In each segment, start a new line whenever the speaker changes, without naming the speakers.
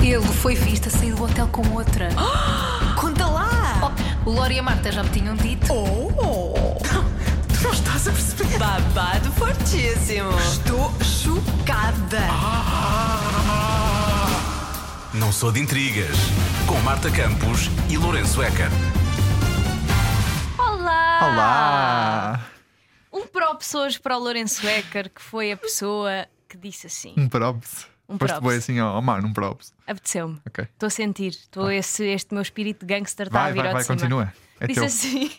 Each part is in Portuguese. Ele foi visto a sair do hotel com outra.
Ah. Conta lá!
Oh, o Lori e a Marta já me tinham dito.
Oh!
Tu não estás a perceber?
Babado fortíssimo!
Estou chocada!
Não sou de intrigas. Com Marta Campos e Lourenço Eker.
Olá!
Olá!
Um props hoje para o Lourenço Ecker, que foi a pessoa que disse assim:
Um props.
Um
Foste
props. Tá
bem assim, ó, ó Mar, um props.
apeteceu-me.
Ok.
Estou a sentir, estou esse, este meu espírito de gangster está a
Vai,
vir
vai,
ao
vai,
de cima.
continua. É
Disse
teu.
assim: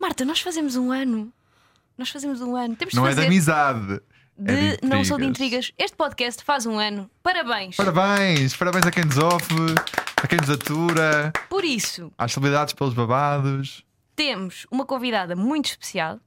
Marta, nós fazemos um ano. Nós fazemos um ano. Temos
Não
de
é de
fazer
amizade. é de
de Não Sou de
intrigas.
Intrigas. Este podcast faz um ano. Parabéns!
Parabéns! Parabéns a quem nos ouve, a quem nos atura,
Por isso,
às celebridades pelos babados.
temos uma convidada muito especial.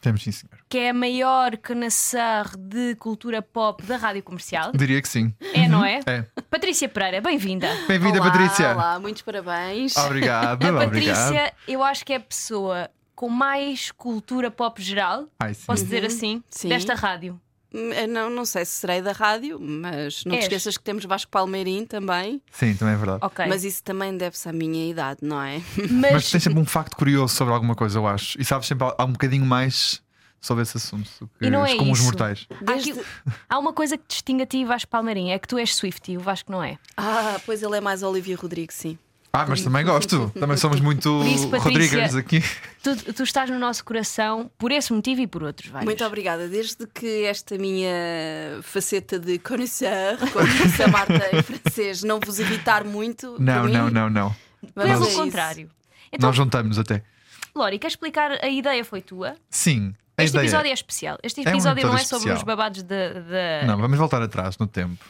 Temos sim, senhor.
Que é a maior canassar de cultura pop da rádio comercial.
Diria que sim.
É, não é?
É.
Patrícia Pereira, bem-vinda.
Bem-vinda,
olá,
Patrícia. Ah.
Olá, muitos parabéns.
Obrigado,
A
obrigado.
É, Patrícia, eu acho que é a pessoa com mais cultura pop geral,
Ai, sim.
posso dizer assim,
Sim.
desta rádio.
Hum, eu Não, não sei se serei da rádio, mas não
És.
te esqueças que temos Vasco Palmeirim também.
Sim, também é verdade.
Ok.
Mas isso também deve-se à minha idade, não é?
Mas-
Mas tens sempre um facto curioso sobre alguma coisa, eu acho. E sabes sempre há um bocadinho mais sobre esse assunto. do Que
E não é
como os
isso.
mortais.
há, aqui- há uma coisa que distingue a ti e Vasco Palmeirim, é que tu és Swift e o Vasco não é.
Ah, pois ele é mais Olivia Rodrigues, sim.
Ah, mas também gosto. Também somos muito
isso, Patrícia-
Rodrigues aqui.
Tu, tu estás no nosso coração por esse motivo e por outros, vários.
Muito obrigada. Desde que esta minha faceta de connoisseur, como disse a Marta em francês, não vos evitar muito.
Não,
por
não,
mim,
não, não.
vamos
Pelo
a isso.
contrário. Então,
é Nós juntamos até.
Lori, quer explicar? A ideia foi tua.
Sim. a
Este
ideia-
episódio é especial. Este
um
episódio não é
episódio
sobre
especial.
os babados da. da-
Não, vamos voltar atrás no tempo.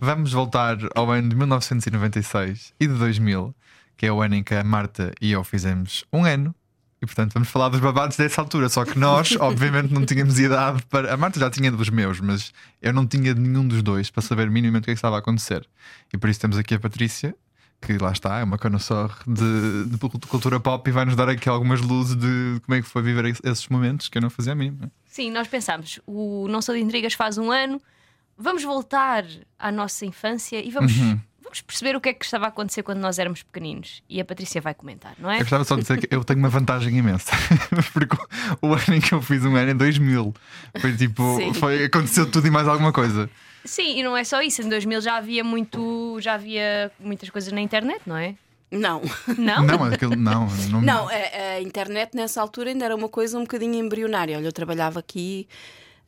Vamos voltar ao ano de 1996 e de 2000, que é o ano em que a Marta e eu fizemos um ano. E portanto vamos falar dos babados dessa altura. Só que nós, obviamente, não tínhamos idade para. A Marta já tinha dos meus, mas eu não tinha de nenhum dos dois para saber minimamente o que é que estava a acontecer. E por isso temos aqui a Patrícia, que lá está, é uma connoisseur de, de cultura pop e vai nos dar aqui algumas luzes de como é que foi viver es- esses momentos que eu não fazia a mínima.
Sim, nós pensámos, o Não Sou de Intrigas faz um ano, vamos voltar à nossa infância e vamos,
Uhum.
vamos perceber o que é que estava a acontecer quando nós éramos pequeninos. E a Patrícia vai comentar, não é?
Eu gostava só de dizer que eu tenho uma vantagem imensa. Porque o ano em que eu fiz um ano em 2000 foi
Sim.
tipo, foi, aconteceu tudo e mais alguma coisa.
Sim, e não é só isso, em 2000 já havia muito, já havia muitas coisas na internet, não é?
Não.
Não?
Não, aquilo, não, não,
Não, a, a internet nessa altura ainda era uma coisa um bocadinho embrionária. Olha, eu trabalhava aqui,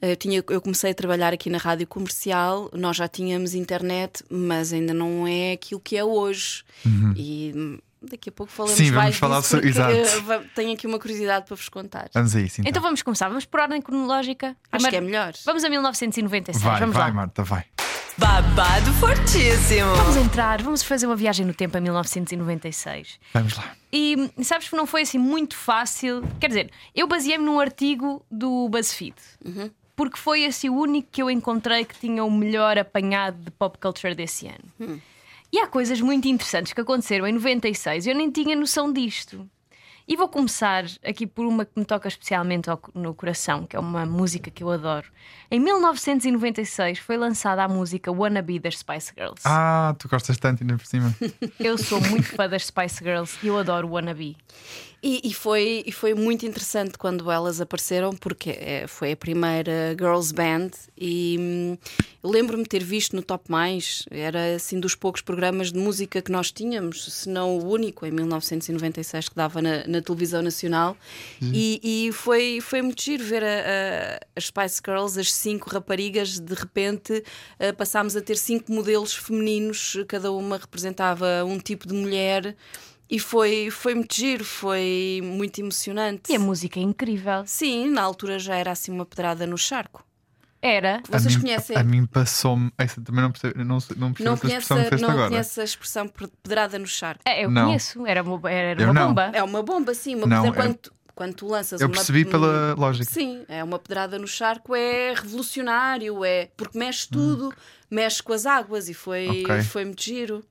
eh, eu, tinha, eu comecei a trabalhar aqui na rádio comercial, nós já tínhamos internet, mas ainda não é aquilo que é hoje. E hum, daqui a pouco falamos
Uhum. Sim, vamos
mais
falar
disso,
sobre-
porque,
exato.
eh, va- tenho aqui uma curiosidade para vos contar.
Vamos a isso então.
Então vamos começar, vamos por ordem cronológica.
Acho que é
Primeiro-
melhor.
Vamos a 1996,
vai,
vamos
vai,
lá.
Marta, vai.
Babado fortíssimo!
Vamos entrar, vamos fazer uma viagem no tempo a 1996.
Vamos lá.
E sabes que não foi assim muito fácil. Quer dizer, eu baseei-me num artigo do BuzzFeed. Porque foi assim o único que eu encontrei que tinha o melhor apanhado de pop culture desse ano. E há coisas muito interessantes que aconteceram em 96 eu nem tinha noção disto. E vou começar aqui por uma que me toca especialmente ao- no coração, que é uma música que eu adoro. Em 1996 foi lançada a música Wannabe das Spice Girls.
Ah, tu gostas tanto ainda por cima.
Eu sou muito fã das Spice Girls e eu adoro Wannabe.
E, e foi, e foi muito interessante quando elas apareceram, porque eh, foi a primeira girls band. E hum, eu lembro-me ter visto no Top Mais, era assim dos poucos programas de música que nós tínhamos, se não o único, em 1996, que dava na, na televisão nacional. E, e foi, foi muito giro ver a- a- as Spice Girls, as cinco raparigas, de repente eh, passámos a ter cinco modelos femininos, cada uma representava um tipo de mulher. E foi, foi muito giro, foi muito emocionante.
E a música é incrível.
Sim, na altura já era assim uma pedrada no charco.
Era.
a
Vocês
mim,
conhecem?
A mim passou-me. Essa também não percebo, não, sei- não percebo
não
essa expressão
conhece,
que fizeste
não
agora.
conhece a expressão pe- pedrada no charco?
É, eu
Não.
conheço. Era uma, era
Eu
uma
não.
bomba.
É uma bomba, sim. Uma
Não,
pedrada,
eu-
quando, tu- quando tu lanças
Eu
uma.
percebi pela
um-
lógica.
Sim, é uma pedrada no charco, é revolucionário, é porque mexe tudo, mexe com as águas e foi,
Ok.
foi muito giro.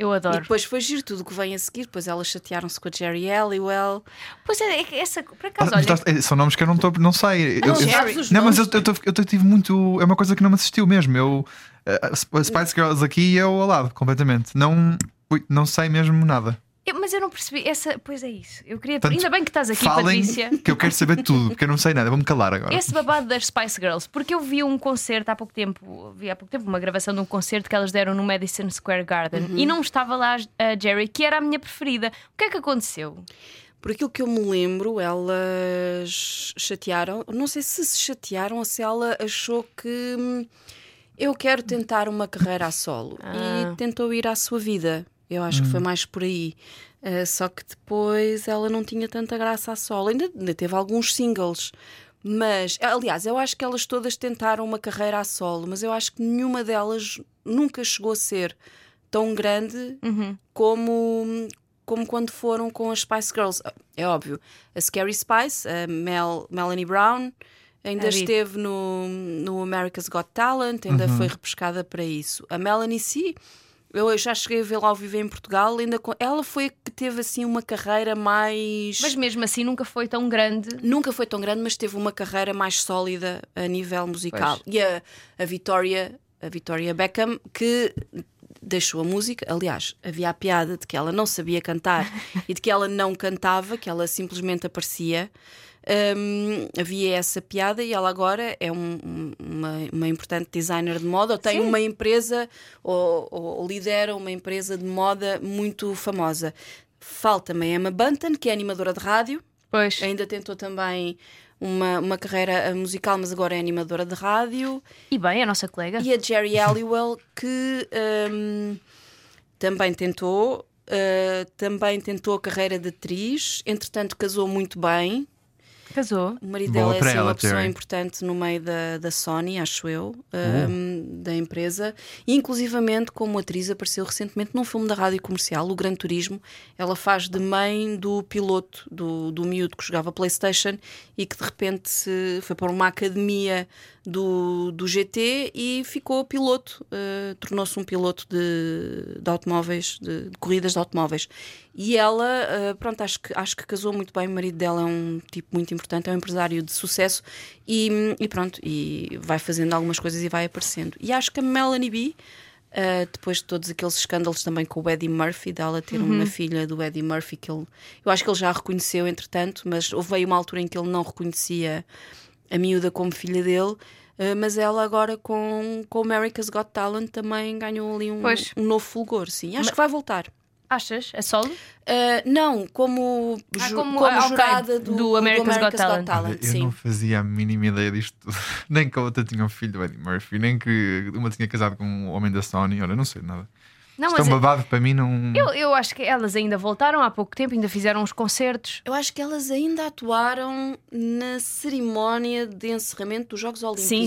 Eu
E
adoro.
depois foi giro tudo o que vem a seguir. Depois elas chatearam-se com a Jerry Halliwell.
Pois é, é que essa. Por acaso,
Mas
olha.
estás- é, São nomes que eu não estou. Não sei. Eu-
Não,
eu-
sabes os
não, mas eu,
nomes?
eu, tô- eu tô- tive muito. É uma coisa que não me assistiu mesmo. Eu. eh, Sp- Spice Girls aqui e eu ao lado, completamente. Não. ui, Não sei mesmo nada.
eu- mas eu não percebi. Essa, pois é isso. Eu queria.
Portanto,
Ainda bem que estás aqui,
Falem
Patrícia.
que eu quero saber tudo, porque eu não sei nada. Vou-me calar agora.
Esse babado das Spice Girls, porque eu vi um concerto há pouco tempo, vi há pouco tempo uma gravação de um concerto que elas deram no Madison Square Garden
Uhum.
e não estava lá a Jerry, que era a minha preferida. O que é que aconteceu?
Por aquilo que eu me lembro, elas chatearam. Não sei se se chatearam ou se ela achou que hum, eu quero tentar uma carreira a solo
Ah.
e tentou ir à sua vida. Eu acho que foi mais por aí. Ah, só que depois ela não tinha tanta graça a solo. Ainda, ainda teve alguns singles. Mas, aliás, eu acho que elas todas tentaram uma carreira a solo, mas eu acho que nenhuma delas nunca chegou a ser tão grande
Uhum.
como, como quando foram com as Spice Girls. É óbvio, a Scary Spice, a Mel, Melanie Brown, ainda
A Rita.
esteve no, no America's Got Talent, ainda foi repescada para isso. A Melanie C. Eu já cheguei a vê-la ao vivo em Portugal. Ainda co- ela foi a que teve assim uma carreira mais.
Mas mesmo assim nunca foi tão grande.
Nunca foi tão grande, mas teve uma carreira mais sólida a nível musical. E a, a Vitória, a Vitória Beckham, que deixou a música, aliás, havia a piada de que ela não sabia cantar e de que ela não cantava, que ela simplesmente aparecia. Hum, havia essa piada e ela agora é um- um- uma, uma importante designer de moda ou tem uma empresa ou, ou lidera uma empresa de moda muito famosa. Falta-me a Emma Bunton, que é animadora de rádio,
Pois.
Ainda tentou também uma, uma carreira ah, musical, mas agora é animadora de rádio.
E bem, a nossa colega.
E a Jerry Halliwell, que hum, também tentou, ah, também tentou a carreira de atriz, entretanto casou muito bem.
Casou.
O marido
Boa
dela é
para
assim, uma
ela,
pessoa
Jerry.
importante no meio da, da Sony, acho eu, hum, da empresa. E, inclusivamente, como atriz, apareceu recentemente num filme da rádio comercial, O Gran Turismo. Ela faz de mãe do piloto, do, do miúdo que jogava Playstation e que de repente se foi para uma academia do, do GT e ficou piloto, eh, tornou-se um piloto de, de automóveis, de, de corridas de automóveis. E ela, eh, pronto, acho que, acho que casou muito bem. O marido dela é um tipo muito importante, é um empresário de sucesso e, e pronto, e vai fazendo algumas coisas e vai aparecendo. E acho que a Melanie B. eh, depois de todos aqueles escândalos também com o Eddie Murphy, dela ter uma filha do Eddie Murphy que ele, eu acho que ele já a reconheceu entretanto, mas houve aí uma altura em que ele não reconhecia a miúda como filha dele, eh, mas ela agora com, com America's Got Talent também ganhou ali um,
Pois.
um novo fulgor, sim. Acho que vai voltar.
Achas? A solo?
Eh, não, como,
Ah,
ju-
como-
como,
ah, ok,
jurada do,
do America's Got Talent.
Olha, eu
sim.
não fazia a mínima ideia disto tudo. Nem que a outra tinha um filho do Eddie Murphy, nem que uma tinha casado com um homem da Sony. Olha, não sei nada.
Não,
Isto é um
mas eu,
babado para mim, não.
eu, acho que elas ainda voltaram há pouco tempo, ainda fizeram uns concertos.
Eu acho que elas ainda atuaram na cerimónia de encerramento dos Jogos Olímpicos.
Sim,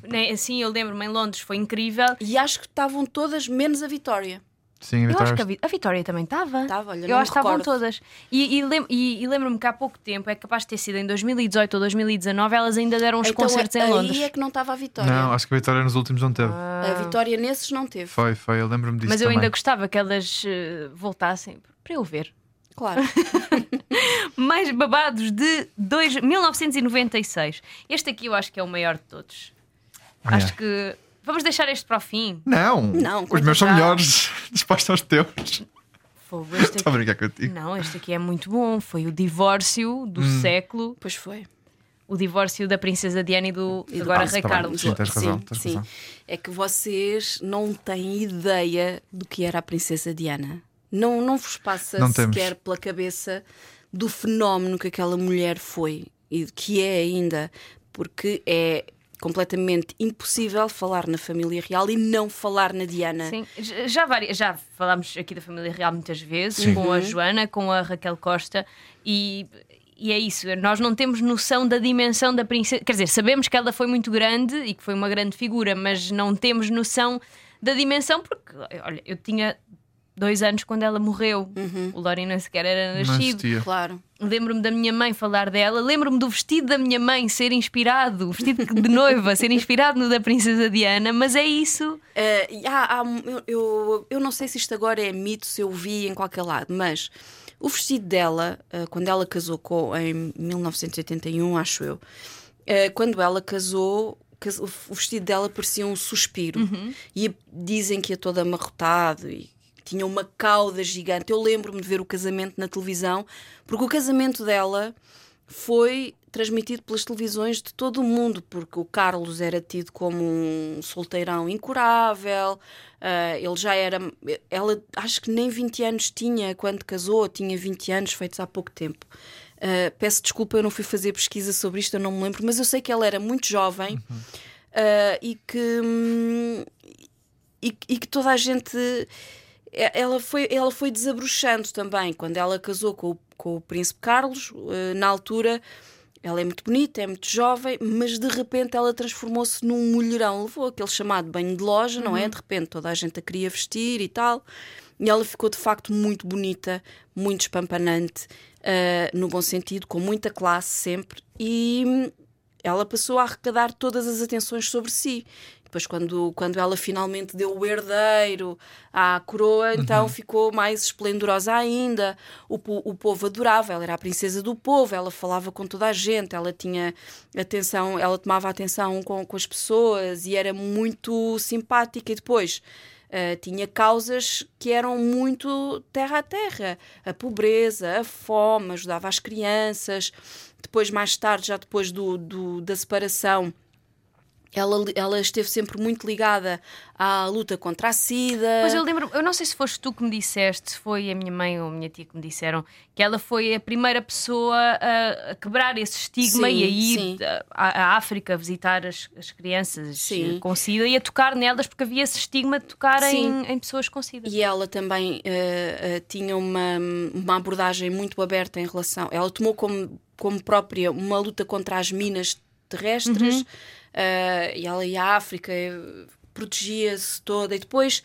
sim. Né, Sim, eu lembro-me em Londres, foi incrível.
E acho que estavam todas, menos a Vitória.
Sim,
Eu acho que
Vitória.
a, Vi- a Vitória também estava.
Estava, olha,
Eu
não
acho que
me
estavam
recordo.
todas. E, e lem- e- e lembro-me que há pouco tempo, é capaz de ter sido em 2018 ou 2019, elas ainda deram uns
então
concertos
aí
em Londres.
é que não estava a Vitória.
Não, acho que a Vitória nos últimos não teve.
A Vitória nesses não teve.
Foi, foi, eu lembro-me disso.
Ah. Mas eu ainda
também.
gostava que elas eh, voltassem para eu ver.
Claro.
Mais babados de dois- 1996. Este aqui eu acho que é o maior de todos.
Ah,
Acho
é.
que. Vamos deixar este para o fim.
Não!
Não,
Os
conta
meus são
já.
melhores dispostos aos teus. Estou
Fogo, este
a
aqui-
brincar contigo.
Não, este aqui é muito bom. Foi o divórcio do
Hum.
século.
Pois foi.
O divórcio da princesa Diana e do agora
Ah,
Rei
tá bem.
Carlos.
Sim, tens razão, tens
sim.
razão.
É que vocês não têm ideia do que era a Princesa Diana. Não, não vos passa
Não temos.
sequer pela cabeça do fenómeno que aquela mulher foi e que é ainda, porque é completamente impossível falar na família real e não falar na Diana.
Sim, j- já, vari- já falámos aqui da família real muitas vezes,
Sim.
com a Joana, com a Raquel Costa, e, e é isso. Nós não temos noção da dimensão da princesa. Quer dizer, sabemos que ela foi muito grande e que foi uma grande figura, mas não temos noção da dimensão, porque olha, eu tinha dois anos quando ela morreu. O Lori nem sequer era
Mas,
nascido.
tia,
Claro.
Lembro-me da minha mãe falar dela, lembro-me do vestido da minha mãe ser inspirado, o vestido de noiva ser inspirado no da Princesa Diana, mas é isso.
Eh, e há- há um- eu, eu, eu não sei se isto agora é mito, se eu vi em qualquer lado, mas o vestido dela, eh, quando ela casou com, em 1981, acho eu, eh, quando ela casou, cas- o f- o vestido dela parecia um suspiro. E dizem que é todo amarrotado e tinha uma cauda gigante. Eu lembro-me de ver o casamento na televisão, porque o casamento dela foi transmitido pelas televisões de todo o mundo, porque o Carlos era tido como um solteirão incurável, ah, ele já era. Ela acho que nem 20 anos tinha quando casou, tinha 20 anos feitos há pouco tempo. Ah, peço desculpa, eu não fui fazer pesquisa sobre isto, eu não me lembro, mas eu sei que ela era muito jovem ah, e que. hum, e, e que toda a gente. eh, Ela foi, ela foi desabrochando também. Quando ela casou com o, com o Príncipe Carlos, eh, na altura, ela é muito bonita, é muito jovem, mas de repente ela transformou-se num mulherão. Levou aquele chamado banho de loja, não é? De repente toda a gente a queria vestir e tal. E ela ficou de facto muito bonita, muito espampanante, eh, no bom sentido, com muita classe sempre. E hum, ela passou a arrecadar todas as atenções sobre si. Depois, quando, quando ela finalmente deu o herdeiro à coroa, então ficou mais esplendorosa ainda. O, po- o povo adorava, ela era a princesa do povo, ela falava com toda a gente, ela tinha atenção, ela tomava atenção com, com as pessoas e era muito simpática. E depois, Uh, tinha causas que eram muito terra a terra. A pobreza, a fome, ajudava as crianças. Depois, mais tarde, já depois do, do- da separação, ela, li- ela esteve sempre muito ligada à luta contra a SIDA.
Pois eu lembro, eu não sei se foste tu que me disseste, se foi a minha mãe ou a minha tia que me disseram, que ela foi a primeira pessoa a, a quebrar esse estigma
Sim,
e a ir
sim.
à, à África a visitar as, as crianças
Sim.
eh, com SIDA e a tocar nelas, porque havia esse estigma de tocar em,
Sim.
em pessoas com SIDA.
E ela também eh, eh, tinha uma, uma abordagem muito aberta em relação. Ela tomou como, como própria uma luta contra as minas terrestres eh, e ela ia à África, eh, protegia-se toda e depois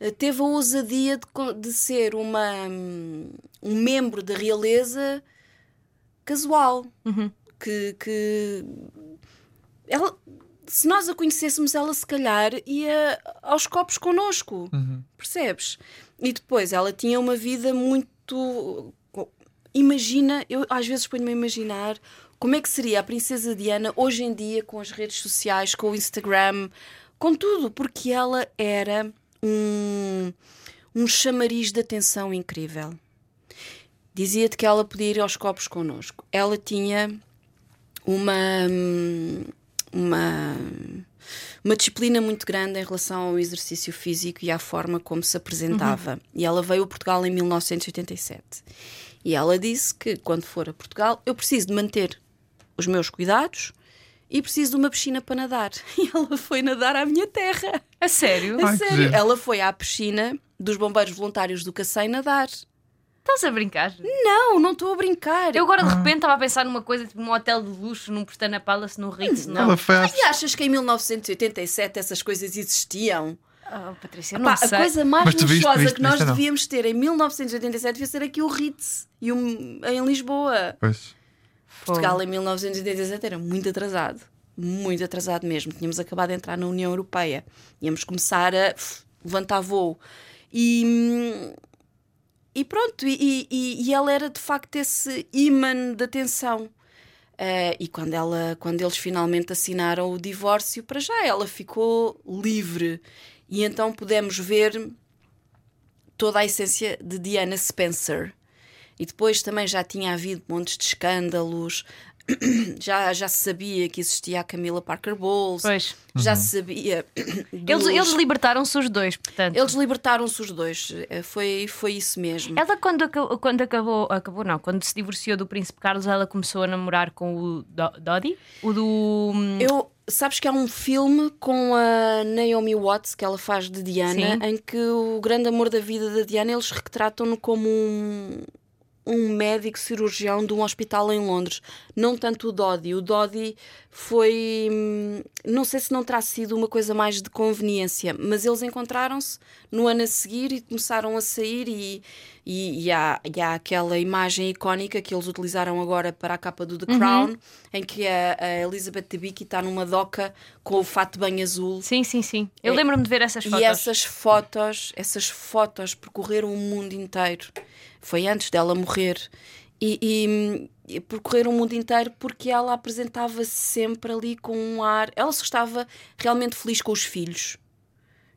eh, teve a ousadia de, co- de ser uma, hum, um membro da realeza casual. Que, que ela, se nós a conhecêssemos, ela se calhar ia aos copos connosco, percebes? E depois ela tinha uma vida muito. Imagina, eu às vezes ponho-me a imaginar como é que seria a Princesa Diana hoje em dia com as redes sociais, com o Instagram, com tudo, porque ela era um, um chamariz de atenção incrível. Dizia-te que ela podia ir aos copos connosco. Ela tinha uma, hum, uma, uma disciplina muito grande em relação ao exercício físico e à forma como se apresentava. E ela veio a Portugal em 1987. E ela disse que quando for a Portugal, eu preciso de manter os meus cuidados e preciso de uma piscina para nadar. E ela foi nadar à minha terra.
A sério?
A
Ai, que
sério.
giro.
Ela foi à piscina dos bombeiros voluntários do Cacém nadar.
Estás a brincar?
Não, não estou a brincar.
Eu agora de repente estava a pensar numa coisa tipo um hotel de luxo num Portana Palace, num Ritz, Hum, não.
Ela foi à
E achas que em 1987 essas coisas existiam?
Ah, Patrícia, eu
Pá,
não
a
sei.
coisa mais
Mas tu viste,
luxuosa
viste,
que nós
viste ou não?
devíamos ter em 1987 devia ser aqui o Ritz e o, em Lisboa.
Pois.
Portugal em 1987 era muito atrasado. Muito atrasado mesmo. Tínhamos acabado de entrar na União Europeia. Íamos começar a pff, levantar voo. E, hum, e pronto, e, e, e ela era de facto esse imã de atenção. Eh, e quando, ela, quando eles finalmente assinaram o divórcio, para já ela ficou livre. E então pudemos ver toda a essência de Diana Spencer. E depois também já tinha havido montes de escândalos, já, já se sabia que existia a Camila Parker Bowles,
Pois.
já se sabia.
Eles,
dos-
eles libertaram-se os dois, portanto.
eles libertaram-se os dois, Eh, foi, foi isso mesmo.
Ela, quando, aca- quando acabou, acabou, não, quando se divorciou do Príncipe Carlos, ela começou a namorar com o Do- Dodi, o do. hum,
Eu, sabes que há um filme com a Naomi Watts que ela faz de Diana,
Sim.
em que o grande amor da vida da Diana eles retratam-no como um, um médico cirurgião de um hospital em Londres, não tanto o Dodi. O Dodi foi. hum, Não sei se não terá sido uma coisa mais de conveniência, mas eles encontraram-se no ano a seguir e começaram a sair, e, e, e há, e há aquela imagem icónica que eles utilizaram agora para a capa do The Crown, em que a, a Elizabeth Debicki está numa doca com o fato bem azul.
Sim, sim, sim. Eu lembro-me de ver essas fotos.
E essas fotos, essas fotos percorreram o mundo inteiro. Foi antes dela morrer. E, e- e percorreram o mundo inteiro porque ela apresentava-se sempre ali com um ar. Ela só estava realmente feliz com os filhos.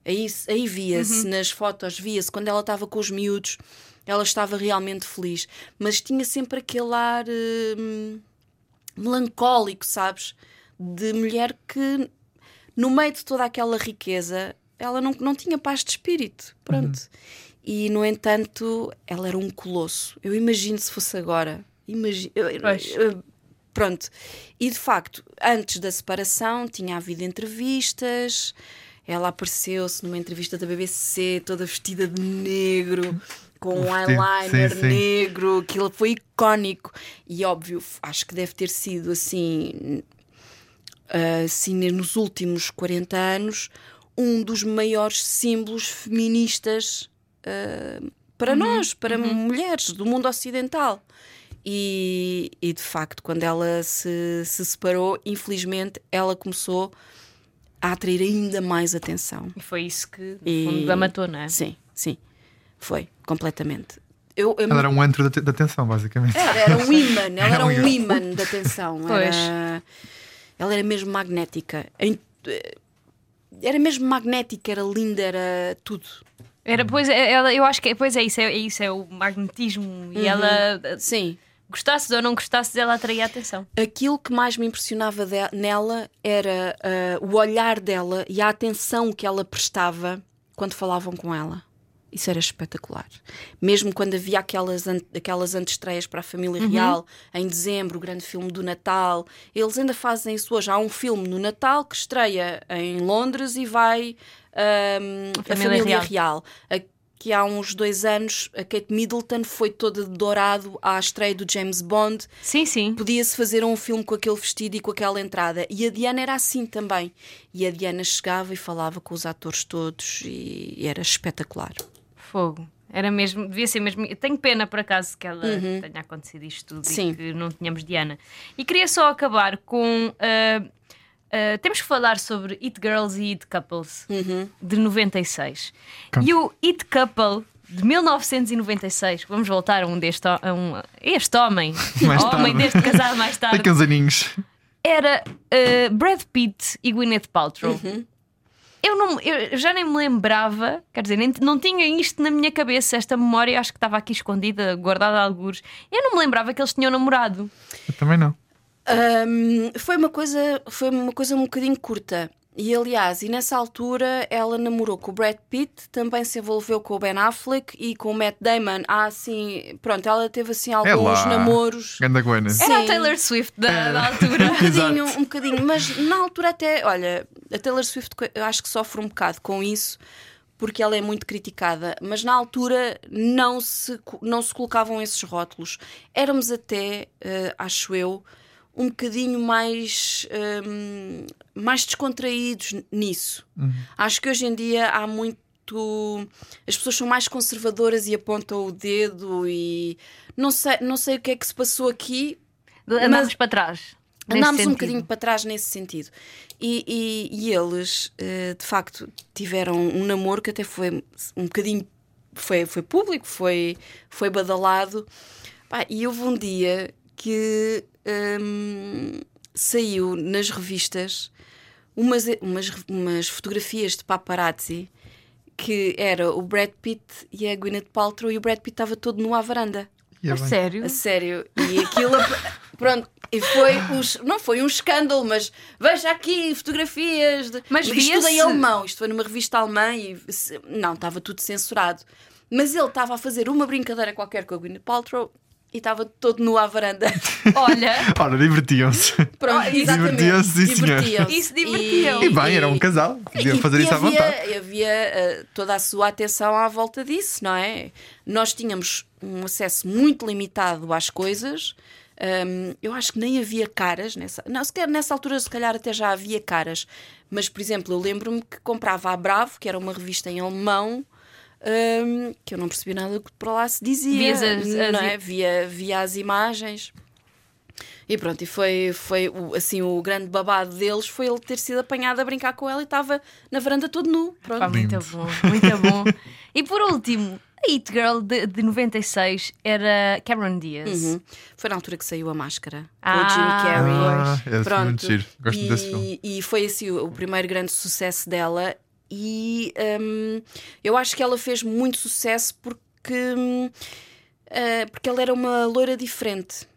Aí, se- aí via-se
Uhum.
nas fotos, via-se quando ela estava com os miúdos, ela estava realmente feliz. Mas tinha sempre aquele ar. hum, melancólico, sabes? De mulher que, no meio de toda aquela riqueza, ela não, não tinha paz de espírito. Pronto. E, no entanto, ela era um colosso. Eu imagino se fosse agora. Imagino.
Pois.
Pronto. E, de facto, antes da separação, tinha havido entrevistas. Ela apareceu-se numa entrevista da BBC, toda vestida de negro, com um
vestido,
eyeliner
sim, sim.
negro negro, aquilo foi icónico. E óbvio, f- acho que deve ter sido assim, n- assim nos últimos 40 anos, um dos maiores símbolos feministas ah, para
Uhum.
nós, para mulheres do mundo ocidental. E, e, de facto, quando ela se, se separou, infelizmente ela começou a atrair ainda mais atenção.
E foi isso que, no
E-
fundo, a matou, não é?
Sim, sim, foi, completamente. Eu, eu
Ela era um antro da te- da atenção, basicamente.
Era, era um imã, ela era
Era um
um
imã.
imã da atenção.
Pois.
Era, ela era mesmo magnética. Em- eh, Era mesmo magnética, era linda, era tudo.
Era, pois, é, ela, eu acho que pois é isso, é, é isso, é o magnetismo. E ela,
Sim.
gostasses ou não gostasses, ela atraía a atenção.
Aquilo que mais me impressionava de- nela era ah, o olhar dela e a atenção que ela prestava quando falavam com ela. Isso era espetacular. Mesmo quando havia aquelas, an aquelas antestreias para a família
Uhum.
real, em dezembro, o grande filme do Natal, eles ainda fazem isso hoje. Há um filme no Natal que estreia em Londres e vai ahm, a família,
Família
real.
Real.
Aqui há uns dois anos, a Kate Middleton foi toda de dourado à estreia do James Bond
Sim, sim.
podia-se fazer um filme com aquele vestido e com aquela entrada. E a Diana era assim também. E a Diana chegava e falava com os atores todos e era espetacular.
Fogo. Era mesmo, devia ser mesmo. eu Tenho pena por acaso que ela tenha acontecido isto tudo
Sim.
e que não tínhamos Diana. E queria só acabar com. ah, ah, temos que falar sobre It Girls e It Couples de 96. E o It Couple de 1996. Vamos voltar a um deste ho- a um, a este homem,
Mais
homem
tarde.
deste casado mais tarde.
Daqueles aninhos.
era uh, Brad Pitt e Gwyneth Paltrow.
Uhum.
Eu, não, eu já nem me lembrava, quer dizer, nem, não tinha isto na minha cabeça, esta memória acho que estava aqui escondida, guardada a algures. Eu não me lembrava que eles tinham namorado.
Eu também não.
Hum, foi uma coisa foi uma coisa um bocadinho curta. E aliás, e nessa altura ela namorou com o Brad Pitt, também se envolveu com o Ben Affleck e com o Matt Damon. Ah, assim, pronto, ela teve assim alguns
É lá.
namoros.
Ganda Gwen.
Era a
Sim.
Taylor Swift da, da altura.
Um bocadinho, um bocadinho, mas na altura até, olha, a Taylor Swift co- eu acho que sofre um bocado com isso porque ela é muito criticada, mas na altura não se, co- não se colocavam esses rótulos. Éramos até, eh, acho eu, um bocadinho mais, hum, mais descontraídos n- nisso. Acho que hoje em dia há muito. As pessoas são mais conservadoras e apontam o dedo, e não sei, não sei o que é que se passou aqui,
Andámos para trás. nesse
Andámos um
sentido.
bocadinho para trás nesse sentido. E, e- e eles, eh, de facto, tiveram um namoro que até foi um bocadinho. Foi, foi público, foi, foi badalado. Pá, e houve um dia que hum, saiu nas revistas umas, umas, umas fotografias de paparazzi que era o Brad Pitt e a Gwyneth Paltrow e o Brad Pitt estava todo nu à varanda.
E é
A
bem.
sério?
A sério. E aquilo. pronto. E foi um es- não foi um escândalo, mas veja aqui fotografias. De...
Mas
isto tudo em
via-se-
alemão, isto foi numa revista alemã e se- não, estava tudo censurado. Mas ele estava a fazer uma brincadeira qualquer com a Gwyneth Paltrow e estava todo nu à varanda.
Olha,
Ora, divertiam-se.
Pronto,
Oh,
exatamente.
divertiam-se, sim, senhor.
Divertiam-se.
E se divertiam.
E bem, era um casal, podiam
e-
fazer
e
isso à
havia-
vontade.
e havia eh, toda a sua atenção à volta disso, não é? Nós tínhamos um acesso muito limitado às coisas. hum, eu acho que nem havia caras nessa. Não, sequer nessa altura, se calhar até já havia caras. Mas, por exemplo, eu lembro-me que comprava a Bravo, que era uma revista em alemão. hum, que eu não percebi nada do que por lá se dizia,
Vias as- as
não é? Via, via as imagens. E pronto, e foi, foi o- assim o grande babado deles foi ele ter sido apanhado a brincar com ela e estava na varanda todo nu. Pronto.
Pá, muito bom, muito bom. E por último, a It Girl de, de 96 era Cameron Diaz.
Uhum. Foi na altura que saiu a máscara com o
Ah,
Jim Carrey.
Ah, esse foi muito giro. Gosto
e,
muito desse filme.
E foi assim o, o primeiro grande sucesso dela. E hum, eu acho que ela fez muito sucesso porque, hum, ah, porque ela era uma loira diferente.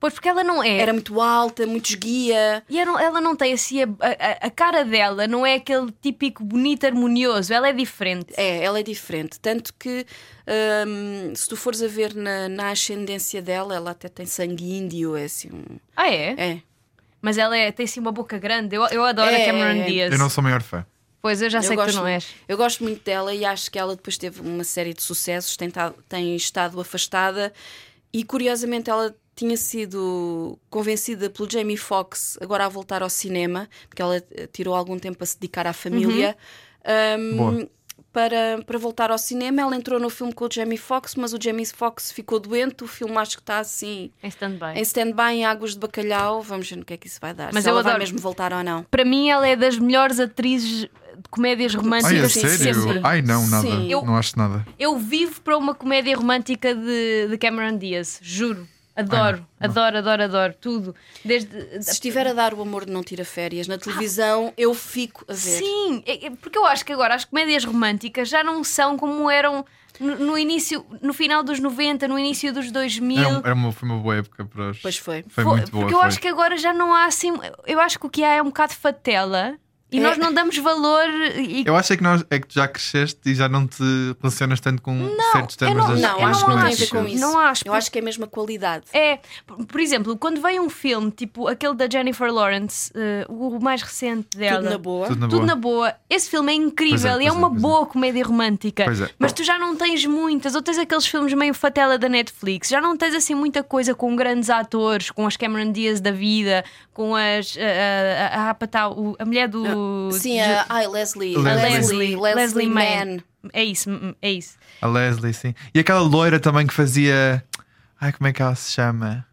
Pois porque ela não é.
Era muito alta, muito esguia.
E ela, ela não tem assim a, a- a cara dela, não é aquele típico bonito, harmonioso, ela é diferente.
É, ela é diferente. Tanto que, hum, se tu fores a ver na, na ascendência dela, ela até tem sangue índio. É assim. um-
Ah, é?
É.
Mas ela é- tem assim uma boca grande. Eu, eu adoro
É,
a Cameron
é, é.
Diaz.
Eu não sou o maior fã.
Pois eu já sei que tu não
mu-
és.
eu gosto muito dela e acho que ela depois teve uma série de sucessos, tem, ta- tem estado afastada e curiosamente ela tinha sido convencida pelo Jamie Foxx agora a voltar ao cinema, porque ela eh, tirou algum tempo a se dedicar à família.
Uhum.
um,
Boa.
para, para voltar ao cinema, ela entrou no filme com o Jamie Foxx, mas o Jamie Foxx ficou doente. O filme acho que está assim
Em stand-by.
em stand-by, em águas de bacalhau. Vamos ver no que é que isso vai dar.
Mas
Se
eu
ela vai
adoro.
mesmo voltar ou não.
Para mim, ela é das melhores atrizes de comédias
Ai, é
românticas de
sério?
sempre.
Ai, não, nada.
Sim.
Eu-
Não acho nada.
Eu vivo para uma comédia romântica de, de Cameron Diaz, juro. Adoro, adoro, adoro, adoro. Tudo. Desde.
Se estiver a dar o amor de não tira férias na televisão, eu fico a ver.
Sim, é- é porque eu acho que agora as comédias românticas já não são como eram no, no início, no final dos 90, no início dos 2000.
Era, um- era uma, foi uma boa época para os.
Pois foi.
Foi
Fo-
muito boa.
porque eu
foi.
acho que agora já não há assim. Eu acho que o que há é um bocado fatela e
É.
nós não damos valor. E,
Eu acho é que, nós, é que tu já cresceste e já não te relacionas tanto com certos
eu
temas
não-
das-
Não,
eu
das
acho que não tem a ver
comédias.
com isso.
Não acho,
Eu
porque-
acho que é mesmo a qualidade.
É, por por exemplo, quando vem um filme tipo aquele da Jennifer Lawrence, eh, o mais recente dela.
Tudo na boa.
Tudo na
Tudo
boa.
na boa. Esse filme é incrível
Pois é,
e é
pois é,
uma
pois é.
boa comédia romântica.
Pois é.
Mas tu já não tens muitas, ou tens aqueles filmes meio fatela da Netflix, já não tens assim muita coisa com grandes atores, com as Cameron Diaz da vida, com as. A, a, a, Apatow, o- a mulher do.
Sim,
de-
a ai, Leslie.
Leslie.
Leslie. Leslie, Mann.
É isso, hum, é isso.
A Leslie, sim. E aquela loira também que fazia. Ai, como é que ela se chama?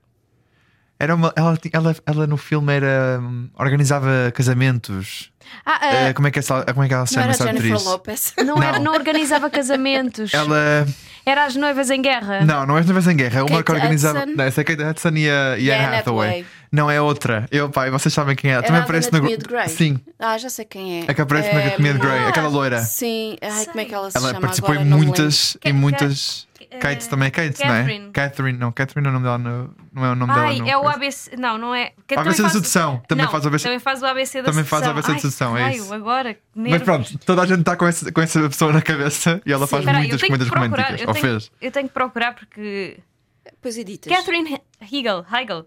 Era uma, ela, ti- ela, ela no filme era. hum, organizava casamentos.
Ah, ah,
Eh, como, é que essa, como é que ela se
Não
chama
era
essa
Jennifer
atriz?
Lopez.
não, Era,
não.
não organizava casamentos.
Ela.
Era as noivas em guerra.
Não, não é Noivas em Guerra, é uma
Kate
que organizava.
Hudson.
Não, essa é Kate Hudson e a, e a
E a
Anne Hathaway.
Hathaway.
Não, é outra. Eu, pai, vocês sabem quem é.
Era
também
a
aparece
Anatomia
no.
de Grey.
Sim,
Ah, já sei quem é.
é que aparece na Anatomia de Grey, aquela loira.
Sim, ai, como é que ela se
Ela
chama
participou
agora?
em
Não me
muitas.
Ca-
Em muitas.
Ca-
Kate
eh,
também é Kate, não
Catherine.
é? Catherine, não, Catherine é o nome dela, no- não é o nome
Ai,
dela. no
é o
coisa.
ABC. Não, não é. que
ABC da
faz-
sedução. Também
Não,
faz o ABC.
Também faz o ABC da
Também
sedução.
faz o ABC da
Ai,
sedução, é
raio,
isso.
agora. que
Mas
nervos.
pronto, toda a gente está com essa, com essa pessoa na cabeça e ela faz
Espera aí, eu
muitas
tenho que
comidas
procurar,
românticas.
eu
Ou
tenho-
fez?
Eu tenho que procurar porque.
lembro. Pois editas.
Catherine Hegel. Hegel.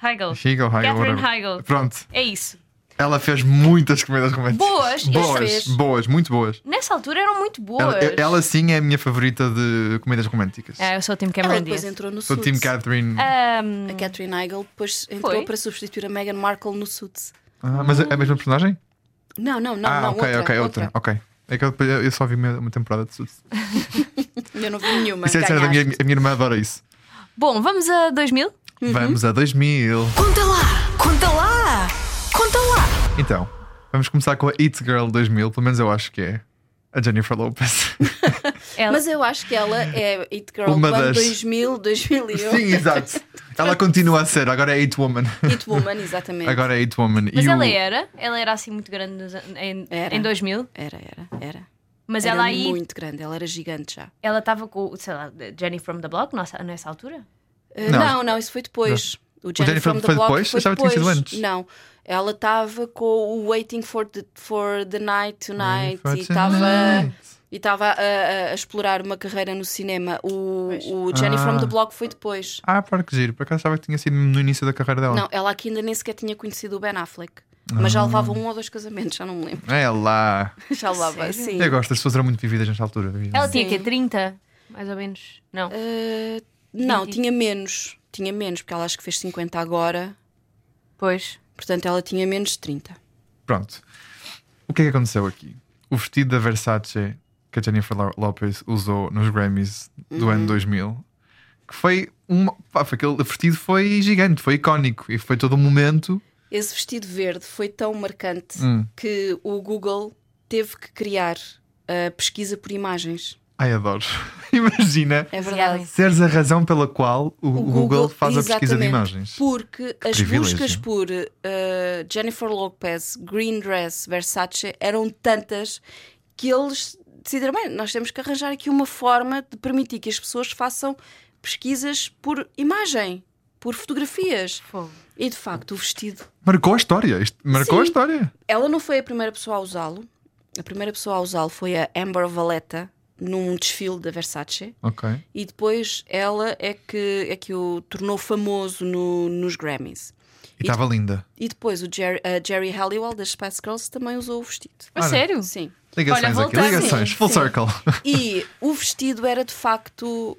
Hegel.
Hegel, Hegel,
Catherine
whatever.
Hegel.
Pronto,
É isso.
ela fez muitas comidas românticas.
Boas, isso
boas,
fez.
boas, muito boas.
Nessa altura eram muito boas.
Ela, ela sim é a minha favorita de comidas românticas.
Ah, eu sou o Tim
Ela
Cameron
depois
Diaz.
entrou no
Sou o Team
Suits.
Catherine.
Ah, Ahm,
A Catherine Heigl depois entrou
Hum. Foi?
para substituir a Meghan Markle no Suits.
Ah, mas é a mesma personagem?
Não, não, não,
ah,
não.
ok,
outra,
ok, outra. Ok. É que eu, eu só vi uma, uma temporada de Suits.
Eu não vi nenhuma.
Isso é sério, a minha,
Ganhaste.
a minha irmã adora isso.
bom, vamos a 2000?
Vamos a 2000.
Conta lá, conta lá, conta lá.
Então, vamos começar com a It Girl 2000, pelo menos eu acho que é. A Jennifer Lopez.
Ela-
Mas eu acho que ela é It Girl
Uma
One
das.
2000, 2001.
Sim, exato. Ela continua a ser, agora é It Woman.
It Woman, exatamente.
Agora é It Woman.
Mas
e
ela
o...
era. Ela era assim muito grande nos an- em,
Era.
em 2000.
Era, era, era.
Mas
era
ela aí.
muito grande, ela era gigante já.
Ela estava com, sei lá, Jenny from the Block nossa, nessa altura?
Uh,
Não.
não. não, isso foi depois. O Jenny,
Jenny
from
foi-
the
foi
Block
depois?
foi
Achava que tinha sido
depois.
antes.
Não, ela estava com o Waiting for the, for the Night Tonight
For
e estava.
Tonight.
e estava a, a- a explorar uma carreira no cinema. O, o Jenny
Ah.
from the Block foi depois.
Ah, para que giro. Por acaso achava que tinha sido no início da carreira dela.
Não, ela aqui ainda nem sequer tinha conhecido o Ben Affleck. Mas
Ah.
já levava um ou dois casamentos, já não me lembro.
É lá.
Já levava, sim.
Eu gosto, as pessoas eram muito vividas nesta altura.
Ela tinha
Sim.
que 30, mais ou menos. Não.
Eh, não, tinha menos. Tinha menos, porque ela acho que fez 50 agora.
Pois.
Portanto, ela tinha menos de 30.
Pronto. O que é que aconteceu aqui? O vestido da Versace que a Jennifer Lo- Lopez usou nos Grammys
Uhum.
do ano 2000, que foi um. Pá, foi aquele vestido foi gigante, foi icónico e foi todo um momento.
Esse vestido verde foi tão marcante
Hum.
que o Google teve que criar a pesquisa por imagens.
Ai, adoro. Imagina
É verdade.
seres a razão pela qual o, o Google, faz a pesquisa de
exatamente,
imagens.
Porque as
privilégio.
buscas por eh, Jennifer Lopez, Green Dress, Versace eram tantas que eles decidiram: bem, nós temos que arranjar aqui uma forma de permitir que as pessoas façam pesquisas por imagem, por fotografias.
Fogo.
E de facto, o vestido.
Marcou a história. Isto marcou a
Sim.
história.
Ela não foi a primeira pessoa a usá-lo. A primeira pessoa a usá-lo foi a Amber Valletta num desfile da Versace.
Ok.
e depois ela é que, é que o tornou famoso no- nos Grammys.
E estava linda.
E depois o Jerry, a Jerry Halliwell das Spice Girls também usou o vestido.
A sério?
Sim.
Ligações
Olha,
aqui,
voltamos.
ligações, full circle.
E o vestido era de facto.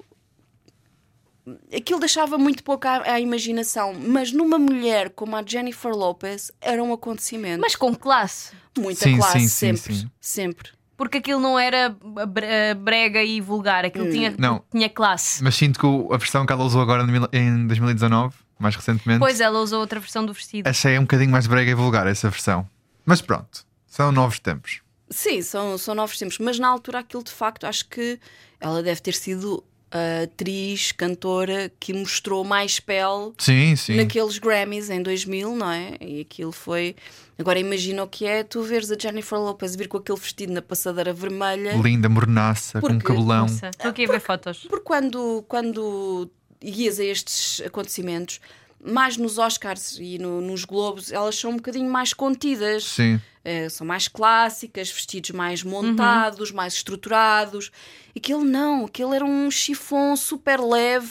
Aquilo deixava muito pouco à, à imaginação, mas numa mulher como a Jennifer Lopez era um acontecimento.
Mas com classe.
muita
Sim,
classe,
sim, sim,
sempre.
sim.
Sempre.
Porque aquilo não era bre- eh, brega e vulgar, aquilo tinha,
Não.
tinha classe.
Mas sinto que o- a versão que ela usou agora no mil- em 2019, mais recentemente,
Pois ela usou outra versão do vestido.
achei um bocadinho mais brega e vulgar essa versão. Mas pronto, são novos tempos.
Sim, são, são novos tempos, mas na altura aquilo de facto acho que ela deve ter sido a atriz, cantora que mostrou mais pele
Sim, sim.
naqueles Grammys em 2000, não é? E aquilo foi. Agora imagina o que é tu veres a Jennifer Lopez vir com aquele vestido na passadeira vermelha.
Linda, mornaça, com um
Porque-
cabelão.
Nossa, estou aqui a ver fotos.
Porque quando, quando guias a estes acontecimentos, mais nos Oscars e no- nos Globos, elas são um bocadinho mais contidas.
Sim.
Eh, são mais clássicas, vestidos mais montados, mais estruturados. Aquele não, aquele era um chifão super leve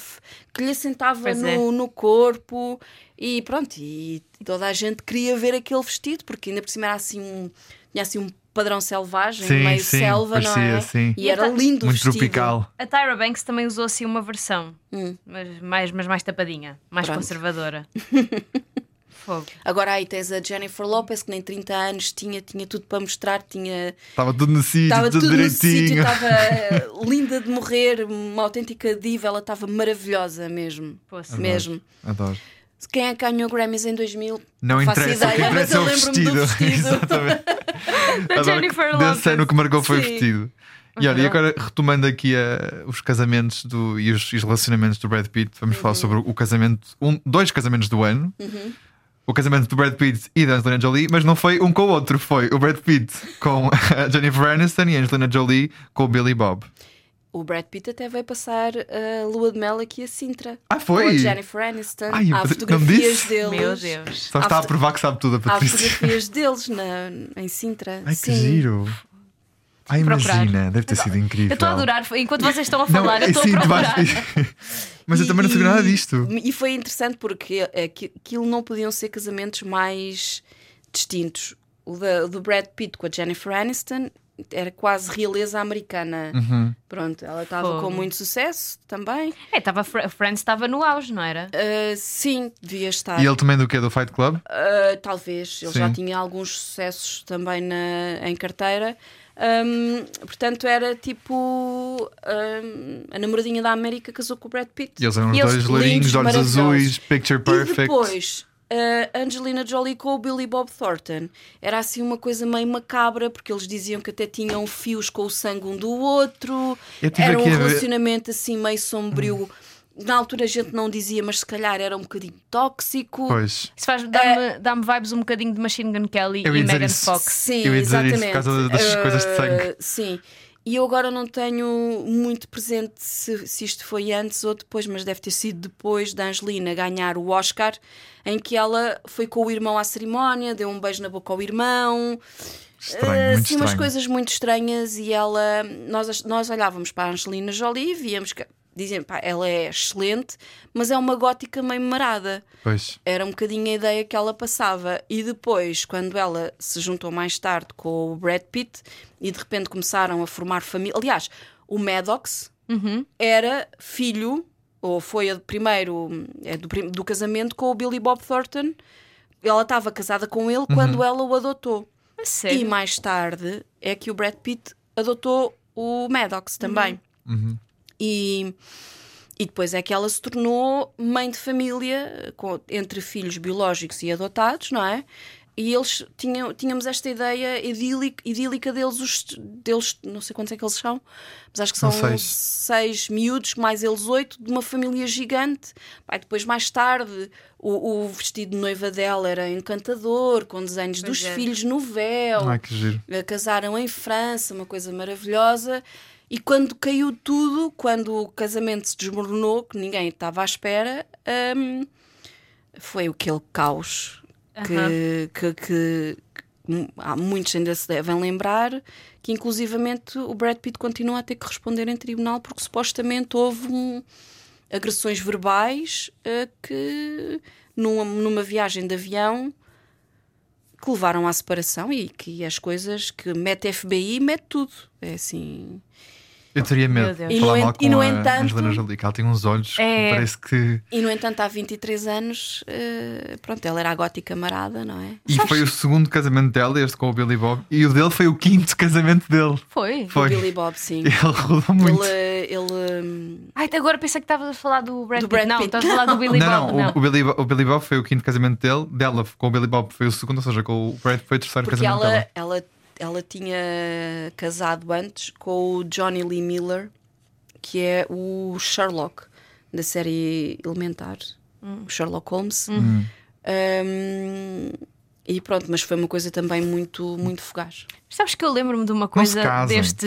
que lhe assentava
Pois é.
no, no corpo e pronto, e toda a gente queria ver aquele vestido, porque ainda por cima era assim um, tinha assim um padrão selvagem,
Sim,
meio
sim,
selva, não
parecia,
é?
sim.
E era lindo o
Muito
vestido.
tropical.
A Tyra Banks também usou assim uma versão,
Hum.
mas, mais, mas mais tapadinha, mais
Pronto.
conservadora. Fogo.
Agora aí tens a Jennifer Lopez, que nem 30 anos tinha, tinha tudo para mostrar, tinha
Estava tudo no sítio,
Estava
tudo,
tudo no sítio,
direitinho.
estava eh, linda de morrer, uma autêntica diva, ela estava maravilhosa mesmo.
Poça.
Mesmo.
Adoro.
Quem é que ganhou Grammys em 2000?
Não
faço
interessa, o que
ideia, mas
interessa é
eu
o
lembro-me do
vestido.
vestido.
Exatamente.
Da
Adoro
Jennifer
que-
Lopez.
Desse ano que marcou foi o
Sim. Uhum.
vestido. E olha, e agora retomando aqui eh, os casamentos do, e os, e os relacionamentos do Brad Pitt, vamos
Uhum.
falar sobre o casamento, um, dois casamentos do ano. O casamento do Brad Pitt e da Angelina Jolie, mas não foi um com o outro, foi o Brad Pitt com a Jennifer Aniston e a Angelina Jolie com o Billy Bob.
O Brad Pitt até veio passar a lua de mel aqui a Sintra.
Ah, foi?
Com a Jennifer Aniston.
Ai, eu
há
não
fotografias
disse.
deles.
Meu Deus.
Só está
Há
a provar que sabe tudo a
Há
Patrícia.
fotografias deles na, em Sintra.
Ai que
Sim.
giro! Ai,
Procurar.
Ah, imagina, deve ter sido incrível.
Eu estou a adorar, enquanto vocês estão a
Não, é
falar, eu estou a
sim, tu
procurar.
vais- Mas eu
E-
também não sabia nada
e-
disto.
E foi interessante porque eh, aqui- aquilo não podiam ser casamentos mais distintos. O da- do Brad Pitt com a Jennifer Aniston era quase realeza americana.
Uhum.
Pronto, ela estava
Fogo.
com muito sucesso também.
É, tava, Fr- Friends estava no auge, não era?
Eh, sim, devia estar.
E ele também do que? Do Fight Club?
Eh, talvez, ele já
Sim.
tinha alguns sucessos também na, em carteira. Ahm, portanto, era tipo ahm, a namoradinha da América casou com o Brad Pitt.
E eles eram os
E eles
dois loirinhos, de olhos
maravilhosos.
azuis, picture perfect.
E depois, a Angelina Jolie com o Billy Bob Thornton. Era assim uma coisa meio macabra, porque eles diziam que até tinham fios com o sangue um do outro.
Eu tive
Era um
aqui a ver-
relacionamento assim meio sombrio. Na altura a gente não dizia, mas se calhar era um bocadinho tóxico.
Pois.
Isso faz
Eh,
dá-me dá-me vibes um bocadinho de Machine Gun Kelly
Eu ia
e
dizer
Megan
isso.
Fox.
Sim,
Eu ia dizer isso
exatamente.
por causa das coisas de sangue.
Eh, Sim. E eu agora não tenho muito presente se, se isto foi antes ou depois, mas deve ter sido depois da Angelina ganhar o Oscar, em que ela foi com o irmão à cerimónia, deu um beijo na boca ao irmão.
Estranho, muito
sim,
estranho.
umas coisas muito estranhas e ela nós, ach- nós olhávamos para a Angelina Jolie e víamos que diziam, pá, ela é excelente, mas é uma gótica meio marada.
Pois.
Era um bocadinho a ideia que ela passava. E depois, quando ela se juntou mais tarde com o Brad Pitt e de repente começaram a formar família. Aliás, o Maddox era filho, ou foi a de primeiro é do, prim- do casamento com o Billy Bob Thornton. Ela estava casada com ele quando ela o adotou.
A
E
sério.
mais tarde é que o Brad Pitt adotou o Maddox também. E, e depois é que ela se tornou mãe de família com- entre filhos biológicos e adotados, não é? E eles tinham, tínhamos esta ideia idílica, idílica deles, os, deles, não sei quantos é que eles são, mas acho que são
São seis.
seis miúdos, mais eles oito, de uma família gigante. Pai, depois, mais tarde, o, o vestido de noiva dela era encantador, com desenhos dos filhos no véu.
Ai, que giro.
Eh, casaram em França, uma coisa maravilhosa. E quando caiu tudo, quando o casamento se desmoronou, que ninguém estava à espera, hum, foi aquele caos que, que, que- que mu- há muitos ainda se devem lembrar. Que inclusivamente o Brad Pitt continua a ter que responder em tribunal porque supostamente houve um- agressões verbais eh, que numa, numa viagem de avião que levaram à separação e que as coisas que mete FBI, mete tudo. É assim.
Eu teria medo
Meu Deus.
de
E
falar
no en-
mal
e
com
no
a
entanto-
Angelina Jolie, que ela tem uns olhos
É.
que parece que.
E no entanto, há 23 anos, eh, pronto, ela era a gótica marada, não é?
E foi o segundo casamento dela, este com o Billy Bob, e o dele foi o quinto casamento dele.
Foi.
O
Foi.
Billy Bob, sim.
Ele rodou É muito.
Ele, é ele, hum,
Ai, agora pensei que estavas a falar do Brad
Do
Pitt.
Brad
não,
Pitt.
estavas a falar do Billy
não,
Bob.
não,
Não.
O, o Billy, Bo- o Billy Bob foi o quinto casamento dele, dela com o Billy Bob foi o segundo, ou seja, com o Brad foi o terceiro
porque
casamento
ela,
dela.
ela, ela tinha casado antes com o Johnny Lee Miller, que é o Sherlock da série Elementar, o Sherlock Holmes.
Hum.
Hum, e pronto, mas foi uma coisa também muito, muito fugaz.
Sabes que eu lembro-me de uma
Não se
coisa
casem.
deste.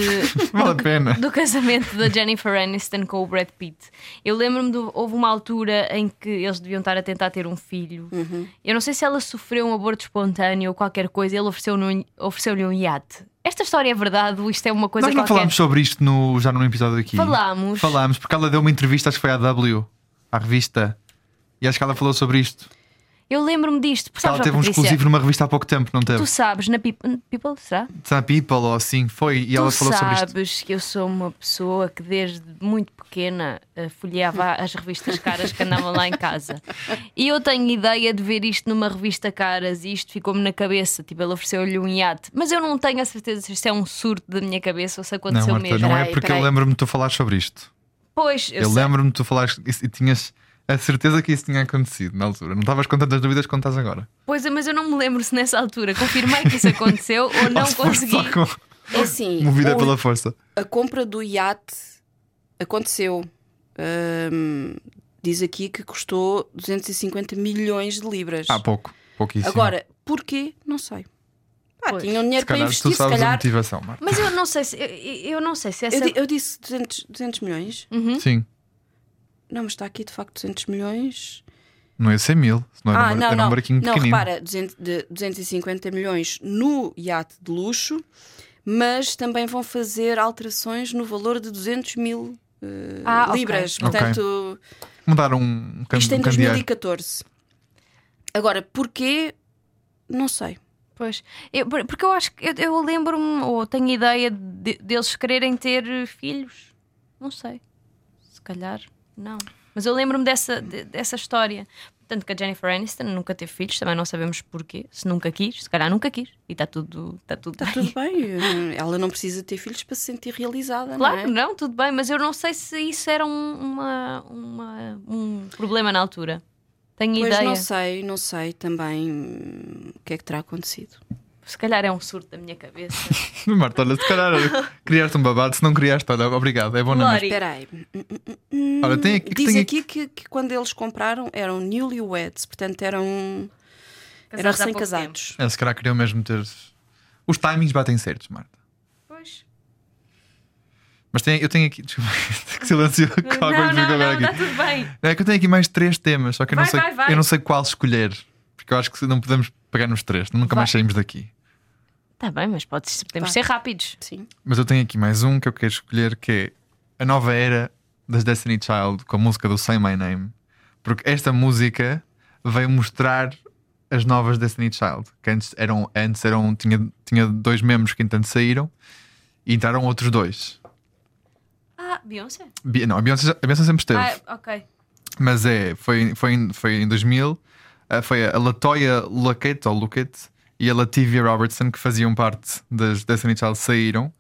Vale a pena.
do casamento da Jennifer Aniston com o Brad Pitt. Eu lembro-me de houve uma altura em que eles deviam estar a tentar ter um filho.
Uhum.
Eu não sei se ela sofreu um aborto espontâneo ou qualquer coisa, ele ofereceu-lhe um, ofereceu um iate. Esta história é verdade, ou isto é uma coisa
Nós não
qualquer.
falámos sobre isto no, já num episódio aqui.
Falámos.
Falámos, porque ela deu uma entrevista, acho que foi à W, à revista. E acho que ela falou sobre isto.
Eu lembro-me disto, porque sabes,
ela
ó,
teve um
Patrícia,
exclusivo numa revista há pouco tempo, não teve?
Tu sabes, na Peop- People, será?
Na People ou assim, foi. E ela
tu
falou sobre isto.
sabes que eu sou uma pessoa que desde muito pequena eh, folheava as revistas caras que andavam lá em casa. E eu tenho ideia de ver isto numa revista caras e isto ficou-me na cabeça. Tipo, ele ofereceu-lhe um iate. Mas eu não tenho a certeza se isto é um surto da minha cabeça ou se
Não,
aconteceu
Marta,
mesmo.
não é
Peraí,
porque eu
peraí.
lembro-me de tu falar sobre isto.
Pois, eu,
Eu,
sei.
lembro-me de tu falares isso e tinhas a certeza que isso tinha acontecido na altura. Não estavas com tantas dúvidas quanto estás agora.
Pois é, mas eu não me lembro se nessa altura confirmei que isso aconteceu ou não
Ou se for
consegui.
só com-
É assim,
Movida
o-
pela força.
A compra do iate aconteceu. Ahm, diz aqui que custou 250 milhões de libras.
Há pouco. Ah, Pouquíssimo.
Agora, porquê? Não sei. Ah,
Pois.
tinham dinheiro
se calhar
para investir,
tu
se
sabes a
calhar.
motivação, Marta.
Mas eu não sei se eu, eu não sei se essa Uhum.
Eu, di- eu disse 200, 200 milhões.
Hum?
Sim.
Não, mas está aqui de facto 200 milhões. Ah,
Não ia ser mil. Não
Ah,
era, um, bar- era um barquinho
não
pequenino.
repara, 200, de 250 milhões no iate de luxo, mas também vão fazer alterações no valor de 200 mil eh,
Ah, ok.
libras.
Ok.
Portanto.
Mudar um, um, can-
é
Isto é em
um candeeiro.
2014. Agora, porquê? Não sei.
Pois, eu- por- porque eu acho que eu, eu lembro-me ou tenho ideia de- deles quererem ter eh, filhos. Não sei. Se calhar não. Mas eu lembro-me dessa, de- dessa história. Tanto que a Jennifer Aniston nunca teve filhos, também não sabemos porquê. Se nunca quis, se calhar nunca quis. E está tudo, está tudo
Está
bem.
Tá tudo bem. eh, Ela não precisa ter filhos para se sentir realizada,
Claro,
não é?
não, tudo bem, mas eu não sei se isso era um, uma, uma- um problema na altura. Tenho
Pois
ideia.
não sei, não sei também hum, o que é que terá acontecido.
Se calhar é um surto da minha cabeça.
Marta, olha, se calhar criaste um babado, se não criaste, olha, obrigado. É bom não
Glória.
é?
Sim.
Espera aí.
Olha,
hum,
tem aqui,
Diz
tem
aqui que, que quando eles compraram eram newlyweds, portanto eram, eram
Casados há pouco
recém-casados.
É, se calhar queriam mesmo ter. Os timings batem certos, Marta.
Pois.
Mas tem, eu tenho aqui. Desculpa, que silêncio. que
Não,
alguma
não,
coisa ficou agora
não,
aqui.
está tudo bem.
É que eu tenho aqui mais três temas, só que eu, não
Vai,
sei,
vai, vai.
eu não sei qual escolher. Porque eu acho que não podemos pegar nos três, nunca mais saímos daqui.
Está Tá bem, mas podes,
Tá.
podemos ser rápidos.
Sim.
Mas eu tenho aqui mais um que eu quero escolher que é a nova era das Destiny Child com a música do Say My Name. Porque esta música veio mostrar as novas Destiny Child, que antes eram, antes eram tinha, tinha dois membros que entanto saíram e entraram outros dois.
Ah, Beyoncé?
Bi- Não, a Beyoncé, a Beyoncé sempre esteve.
Ah, ok.
Mas é, foi, foi, em- foi em 2000, eh, foi a Latoya Luckett, ou Luckett e a Lativia Robertson que faziam parte das Destiny Child saíram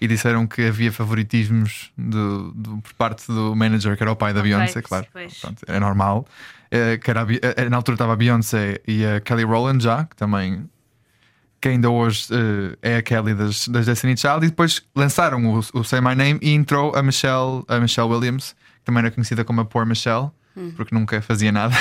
e disseram que havia favoritismos do, do- por parte do manager, que era o pai da Beyoncé, claro.
pois.
Portanto, é normal. Eh, que era a Be- eh, na altura estava a Beyoncé e a Kelly Rowland já, que também que ainda hoje eh, é a Kelly das, das Destiny Child, e depois lançaram o, o Say My Name e entrou a Michelle, a Michelle Williams, que também era conhecida como a Poor Michelle,
Hum.
porque nunca fazia nada,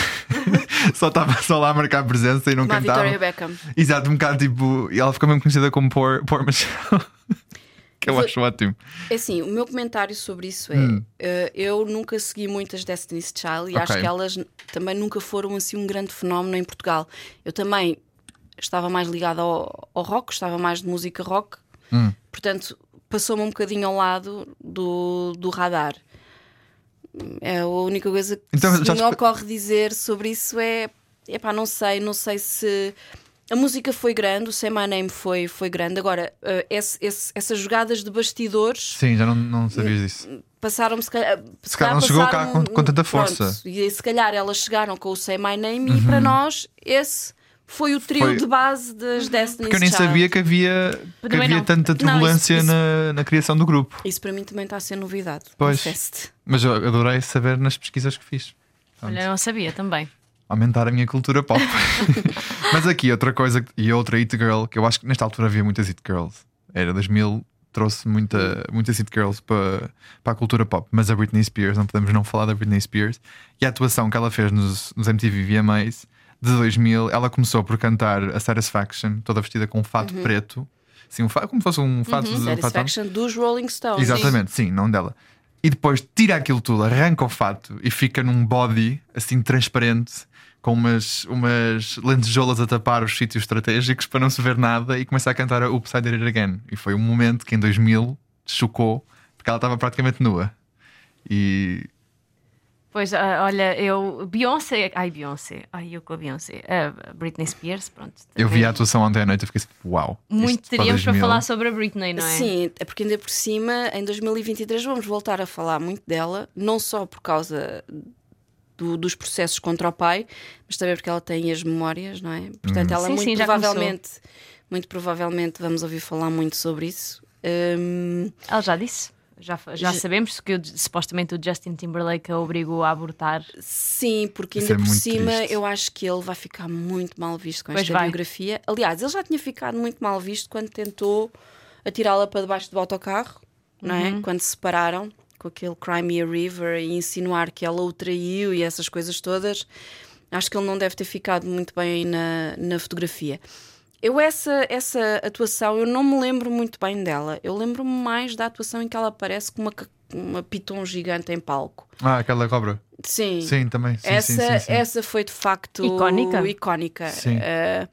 só estava só lá a marcar presença e não
Uma
cantava.
Victoria Beckham.
Exato, um bocado tipo. E ela ficou mesmo conhecida como Poor, Poor Michelle, que eu
Foi-
acho ótimo.
É assim, o meu comentário sobre isso é: eh, eu nunca segui muitas Destiny's Child
Hum.
e
Ok.
acho que elas n- também nunca foram assim um grande fenómeno em Portugal. Eu também estava mais ligada ao, ao rock, estava mais de música rock,
Hum.
portanto passou-me um bocadinho ao lado do, do radar. É a única coisa que
Então,
se
já
me
te-
ocorre dizer sobre isso é: epá, não sei, não sei se. A música foi grande, o Say My Name foi, foi grande. Agora, eh, esse- esse- essas jogadas de bastidores
Sim, já não, não sabias disso.
passaram se calhar,
Se calhar não chegou cá
passaram-
com- com tanta
pronto,
força. Uhum.
e se calhar elas chegaram com o Say My Name e para nós esse foi o trio
Foi-
de base das Destiny's
Porque eu nem
Child.
sabia que havia, que
Também
havia
não.
tanta
Não, isso-
turbulência
isso-
Na, na criação do grupo.
Isso para mim também está a ser novidade.
Pois.
confesso-te.
Mas eu adorei saber nas pesquisas que fiz.
Olha, não sabia também.
aumentar a minha cultura pop. Mas aqui outra coisa que- e outra It Girl, que eu acho que nesta altura havia muitas It Girls. Era 2000, trouxe muita, muitas It Girls para, para a cultura pop. Mas a Britney Spears, não podemos não falar da Britney Spears. E a atuação que ela fez nos, nos MTV VMAs de 2000, ela começou por cantar a Satisfaction, toda vestida com um fato preto. Sim, um fato, como se fosse um fato de um fatão.
Uhum. Satisfaction dos Rolling Stones.
Exatamente, sim, não dela. E depois tira aquilo tudo, arranca o fato e fica num body assim transparente, com umas, umas lentejoulas a tapar os sítios estratégicos para não se ver nada e começa a cantar a Oops, I Did It Again. E foi um momento que em 2000 chocou, porque ela estava praticamente nua. E
Pois, ah, olha, eu. Beyoncé. Ai, Beyoncé. Ai, eu com a Beyoncé. Ah, Britney Spears, pronto.
eu
Uhum.
vi a
tudo.
atuação ontem à noite e fiquei assim, uau.
Muito
isto para
teríamos para
2000.
falar sobre a Britney, não é?
Sim, é porque ainda por cima, em 2023, vamos voltar a falar muito dela, não só por causa do- dos processos contra o pai, mas também porque ela tem as memórias, não é? Portanto, ela
Uhum. Sim,
muito,
sim, já
provavelmente, muito provavelmente vamos ouvir falar muito sobre isso. Hum,
Ela já disse. Já, fa- já sabemos que o- supostamente o Justin Timberlake a obrigou a abortar.
sim, porque
Isso
ainda
é
por
muito
cima
triste.
eu acho que ele vai ficar muito mal visto com
Pois
esta
vai.
biografia. Aliás, ele já tinha ficado muito mal visto quando tentou atirá-la para debaixo do autocarro, não
Uhum.
é? Quando se separaram com aquele Crime a River e insinuar que ela o traiu e essas coisas todas. Acho que ele não deve ter ficado muito bem na, na fotografia. Eu, essa, essa atuação, eu não me lembro muito bem dela. Eu lembro-me mais da atuação em que ela aparece com uma, ca- uma piton gigante em palco.
Ah, aquela cobra.
Sim.
Sim, também. Sim,
essa, é-
sim, sim, sim.
essa foi de facto
Icónica?
icónica.
Sim.
Eh,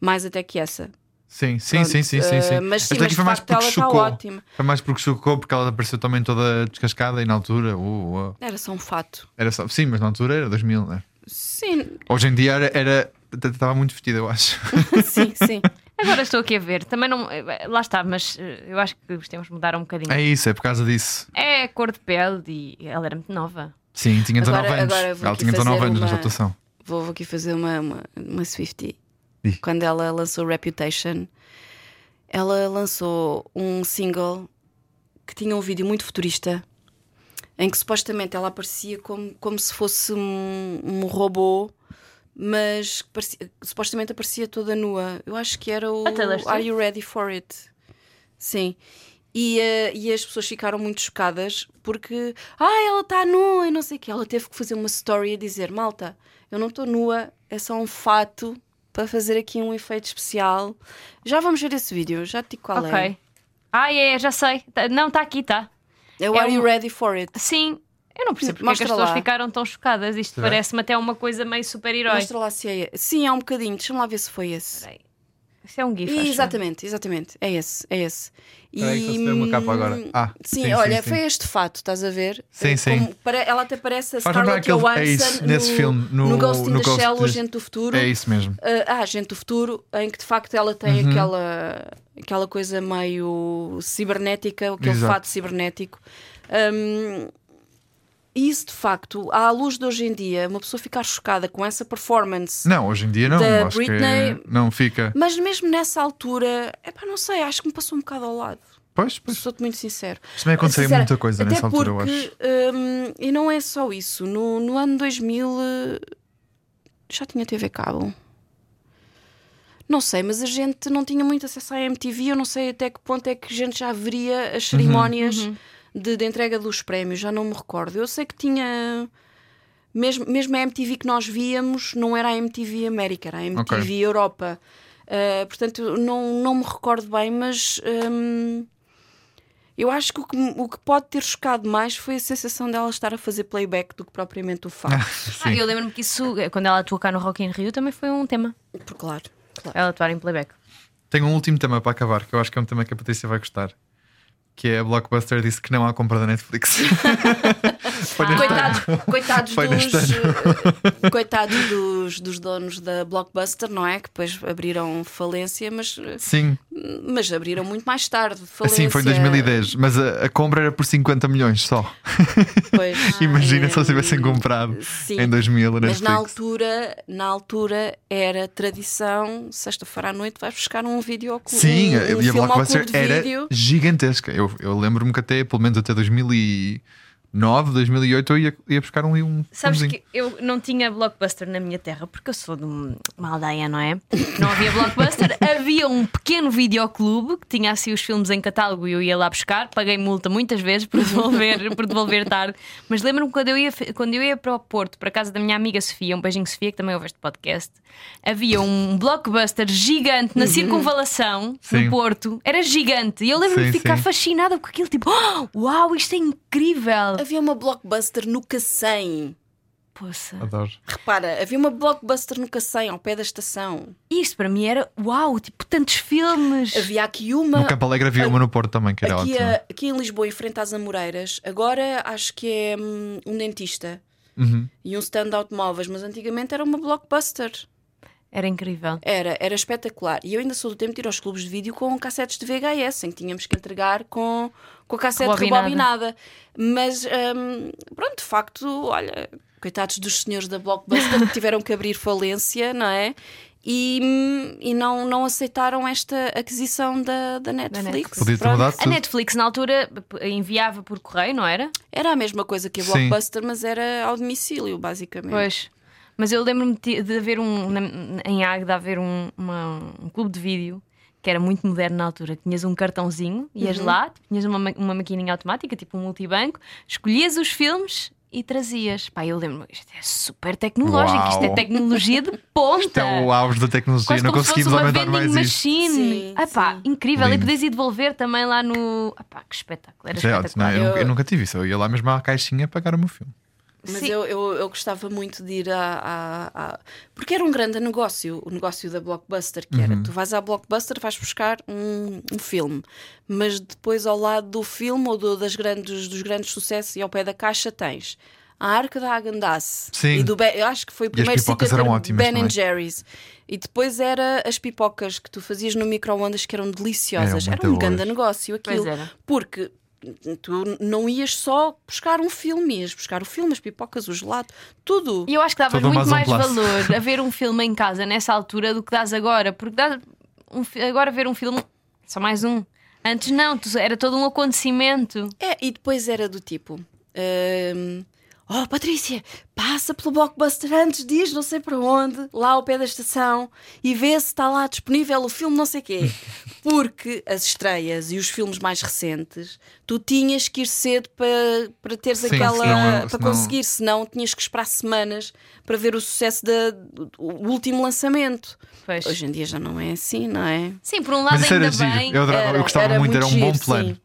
mais até que essa.
Sim, sim,
Pronto,
sim, sim, sim, sim.
eh, mas
Esta
sim, mas
aqui foi
de
mais
facto
porque
ela tá
chocou.
ótima.
Foi mais porque chocou, porque ela apareceu também toda descascada e na altura. uh, uh,
Era só um fato.
era só, sim, mas na altura era 2000, né?
Sim,
Hoje em dia era- era. Estava muito vestida, eu acho.
sim, sim.
Agora estou aqui a ver. Também não. eh, Lá está, mas eh, eu acho que temos de mudar um bocadinho.
É isso, é por causa disso.
É a cor de pele e ela era muito nova.
Sim, tinha 19
Agora-
anos.
agora vou
ela
aqui
tinha 19
fazer
anos
uma-
na atuação.
Vou, vou aqui fazer uma, uma, uma Swifty.
Diz.
Quando ela lançou Reputation, ela lançou um single que tinha um vídeo muito futurista em que supostamente ela aparecia como, como se fosse um, um robô, mas que parecia- supostamente aparecia toda nua. Eu acho que era o
A Taylor Swift?
Are You Ready for It? Sim. E, eh, e as pessoas ficaram muito chocadas porque, ah, ela está nua e não sei o que. Ela teve que fazer uma story a dizer: Malta, eu não estou nua, é só um fato para fazer aqui um efeito especial. Já vamos ver esse vídeo, já te digo qual é.
Ok. Ah, é, já sei. Tá- Não, está aqui, está.
É o
É
Are You
um-
Ready for It?
Sim. Eu não percebo porque é que
Mostra
as pessoas
lá.
ficaram tão chocadas. Isto
Será?
parece-me até uma coisa meio super-herói.
Mostra lá se é. Sim, é um bocadinho, deixa-me lá ver se foi esse.
Espera aí. Isso é um GIF. acho eu.
Exatamente, exatamente. É esse, é esse. hum,
Peraí que recebeu uma capa agora. Ah,
sim,
sim, sim,
olha,
sim.
foi este fato, estás a ver?
Sim,
Eh,
sim.
como- para, ela até parece a
Faz lembrar
Scarlett
aquele- é
Johansson
isso, nesse
no,
filme, no-
Ghost in
no
the
Ghost
Shell, o
de-
Gente do Futuro.
É isso Uhum. mesmo.
Eh, ah, Gente do Futuro, em que de facto ela tem aquela, aquela coisa meio cibernética, aquele
Exato.
fato cibernético. Hum, E isso de facto, à luz de hoje em dia, uma pessoa ficar chocada com essa performance
Não, hoje em dia não.
Da
Acho
Britney-
que não fica.
Mas mesmo nessa altura, epá, não sei, acho que me passou um bocado ao lado.
Pois, pois.
Sou-te muito sincero.
Isso também aconteceu
Sincera,
muita coisa
até
nessa altura, eu
porque, hum, e não é só isso. No, no ano 2000 eh, já tinha TV cabo. Não sei, mas a gente não tinha muito acesso à MTV. Eu não sei até que ponto é que a gente já veria
Uhum.
as cerimónias De, de entrega dos prémios. Já não me recordo. Eu sei que tinha. Mesmo, mesmo a MTV que nós víamos não era a MTV América, era a MTV
Ok.
Europa. Ah, portanto, não, não me recordo bem, mas hum, eu acho que o, que me- o que pode ter chocado mais foi a sensação dela estar a fazer playback do que propriamente o facto.
Ah, eu lembro-me que isso, eh, quando ela atuou cá no Rock in Rio, também foi um tema.
Por claro, claro.
Ela atuar em playback.
Tenho um último tema para acabar, que eu acho que é um tema que a Patrícia vai gostar. Que é a Blockbuster disse que não há compra da Netflix. Foi neste-
Coitados, coitados,
Foi neste
dos, eh, coitados dos, dos donos da Blockbuster, não é? Que depois abriram falência, mas, eh,
Sim,
mas abriram muito mais tarde. Falência,
sim, Assim, foi em 2010. Mas a, a compra era por 50 milhões só.
Pois,
Imagina se eles
eh,
tivessem comprado
sim.
em 2000 a
Mas
Netflix.
na altura, na altura era tradição, sexta-feira à noite vais buscar um vídeo ao clube.
Sim,
um,
a- e
um
a
filme ao
Blockbuster
clube de
era
vídeo.
gigantesca. Eu, eu lembro-me que até, pelo menos até 2009, 2008, eu ia, ia buscar um. um
Sabes
filmezinho.
que eu não tinha blockbuster na minha terra, porque eu sou de um- uma aldeia, não é? Não havia blockbuster, havia um pequeno videoclube que tinha assim os filmes em catálogo e eu ia lá buscar, paguei multa muitas vezes por devolver, por devolver tarde. Mas lembro-me quando, eu ia fe- quando eu ia para o Porto, para a casa da minha amiga Sofia, um beijinho Sofia, que também ouve este podcast, havia um blockbuster gigante na circunvalação
Uhum. Sim.
no Porto, era gigante, e eu lembro-me de
Sim,
ficar
sim.
fascinada com aquilo, tipo, "Oh, uau, isto é incrível!
Havia uma Blockbuster no Cacém.
Poça.
Adoro.
Repara, havia uma Blockbuster no Cacém, ao pé da estação.
Isto para mim era uau, tipo tantos filmes.
Havia aqui uma.
No Campo Alegre havia uma no Porto também, que era
aqui,
ótima.
a- aqui em Lisboa, em frente às Amoreiras. Agora acho que é hum, um dentista
Uhum.
e um stand de automóveis, mas antigamente era uma Blockbuster.
Era incrível.
Era, era espetacular. E eu ainda sou do tempo de ir aos clubes de vídeo com cassetes de VHS, em que tínhamos que entregar com, com a cassete
Rebobinada.
rebobinada. Mas, hum, pronto, de facto, olha, coitados dos senhores da Blockbuster que tiveram que abrir falência, não é? E, hum, e não, não aceitaram esta aquisição da, da Netflix.
Netflix.
Podia ter
Pronto.
mudado
A
tudo.
Netflix na altura p- enviava por correio, não era?
Era a mesma coisa que a
Sim.
Blockbuster, mas era ao domicílio, basicamente.
Pois. Mas eu lembro-me de de haver um na- em Águeda haver um, uma- um clube de vídeo que era muito moderno na altura. Tinhas um cartãozinho, ias lá, tinhas uma, ma- uma maquininha automática, tipo um multibanco, escolhias os filmes e trazias. Pá, eu lembro-me, isto é super tecnológico, isto é
Uau. é um
tecnologia de ponta.
Até o auge da tecnologia,
Quase
não
como se fosse
conseguimos
uma
aumentar mais
vending
isto.
machine.
Sim,
ah, pá,
sim.
incrível. E
Lindo.
podias ir devolver também lá no. Ah, pá, que espetáculo. Era
Isso é ótimo, não
espetacular.
é? eu, nunca- eu
Eu-
nunca tive isso. Eu ia lá mesmo à caixinha pagar o meu filme.
Mas
Sim.
eu, eu, eu gostava muito de ir à, à- à- Porque era um grande negócio, o negócio da Blockbuster, que
Uhum.
era tu vais à Blockbuster, vais buscar um, um filme, mas depois ao lado do filme ou do- das grandes, dos grandes sucessos e ao pé da caixa tens a Arca da Agandasse
Sim.
e do Ben- eu acho que foi o primeiro sítio
pipocas
a ter
eram ótimas
Ben
também.
and Jerry's. E depois era as pipocas que tu fazias no micro-ondas que eram deliciosas.
Eram
Era,
muito
um
boas.
grande negócio aquilo.
Pois era.
Porque tu não ias só buscar um filme, ias buscar o filme, as pipocas, o gelado, tudo.
E eu acho que davas
Todo
muito mais
Amazon um Plus.
valor a ver um filme em casa nessa altura do que dás agora. Porque dás um fi- agora ver um filme. Só mais um. Antes não, tu- era todo um acontecimento.
É, e depois era do tipo. hum, Oh, Patrícia, passa pelo blockbuster antes, diz não sei para onde, lá ao pé da estação, e vê se está lá disponível o filme não sei quê. Porque as estreias e os filmes mais recentes, tu tinhas que ir cedo para, para teres
Sim,
aquela.
senão- é
para
senão-
conseguir, senão tinhas que esperar semanas para ver o sucesso do último lançamento.
Pois.
Hoje em dia já não é assim, não é?
Sim, por um
Mas
lado
isso
ainda
era giro.
bem.
Eu, adorava- eu
Era-
gostava
era
muito, era um
muito
bom
giro,
plano.
sim.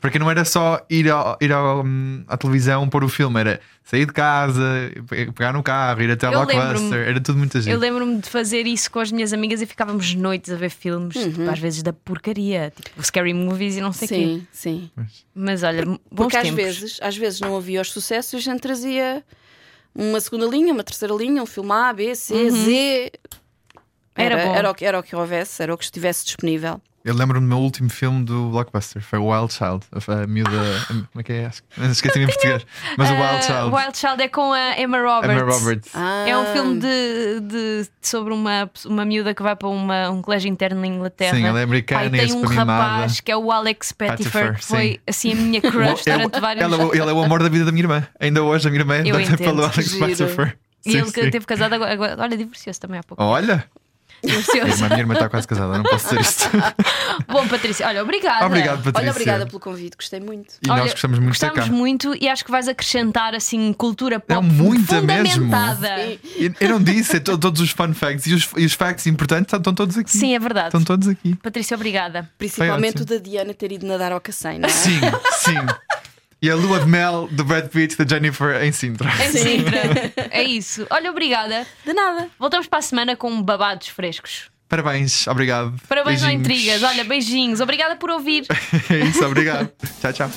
Porque não era só ir, ao- ir ao, hum, à televisão pôr o filme, era sair de casa, pe- pegar no carro, ir até ao
Eu lembro-me-
blockbuster, era tudo muita gente.
Eu lembro-me de fazer isso com as minhas amigas e ficávamos noites a ver filmes, tipo, às vezes da porcaria, tipo scary movies e não sei o quê.
Uhum. Sim, sim.
Mas olha, bons
Porque às
tempos.
vezes, às vezes não havia os sucessos e a gente trazia uma segunda linha, uma terceira linha, um filme A, B, C, Z.
Uhum. Era bom.
o que, era o que houvesse, era o que estivesse disponível.
Eu lembro-me do meu último filme do Blockbuster, foi o Wild Child, a, a miúda. a- como é que é? Acho que- Esqueci-me em português. Mas o Wild
Ah,
Child,
Wild Child é com a Emma Roberts.
Emma Roberts.
Ah,
É um filme de, de- sobre uma, uma miúda que vai para uma- um colégio interno na Inglaterra.
Sim, ela é americana
Pai,
e é
tem um
super mimada.
rapaz que é o Alex Pettifer,
Pettifer,
que foi
sim.
assim a minha crush
Ele-
durante vários
ela- ele é o amor da vida da minha irmã. Ainda hoje a minha irmã é
Eu
dada
entendo,
pelo Alex
giro.
Passofer.
E ele que teve casado agora. agora- olha, divorciou-se também há pouco.
Olha, a
Divorciou-se.
irmã- minha irmã está quase casada, não posso dizer isto.
Bom, Patrícia, Ah, olha, obrigada.
Obrigado, Patrícia.
Olha, obrigada pelo convite, gostei muito.
E nós gostamos muito de ter cá.
Gostamos muito e acho que vais acrescentar assim cultura pop
É muita mesmo.
fundamentada.
Eu, eu não disse, é to- todos os fun facts e os, e os facts importantes estão, estão todos aqui.
Sim, é verdade.
Estão todos aqui.
Patrícia, obrigada.
Principalmente o
ótimo.
da Diana ter ido nadar ao cacém, não é?
Sim, sim. E a lua de mel do Brad Pitt da Jennifer em Sintra.
É Sintra. É isso. Olha, obrigada.
De nada.
Voltamos para a semana com babados frescos.
Parabéns, obrigado.
Parabéns ao
Beijinhos.
Intrigas. Olha, beijinhos. Obrigada por ouvir.
É isso, obrigado. Tchau, tchau.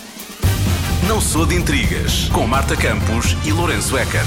Não sou de intrigas com Marta Campos e Lourenço Eker.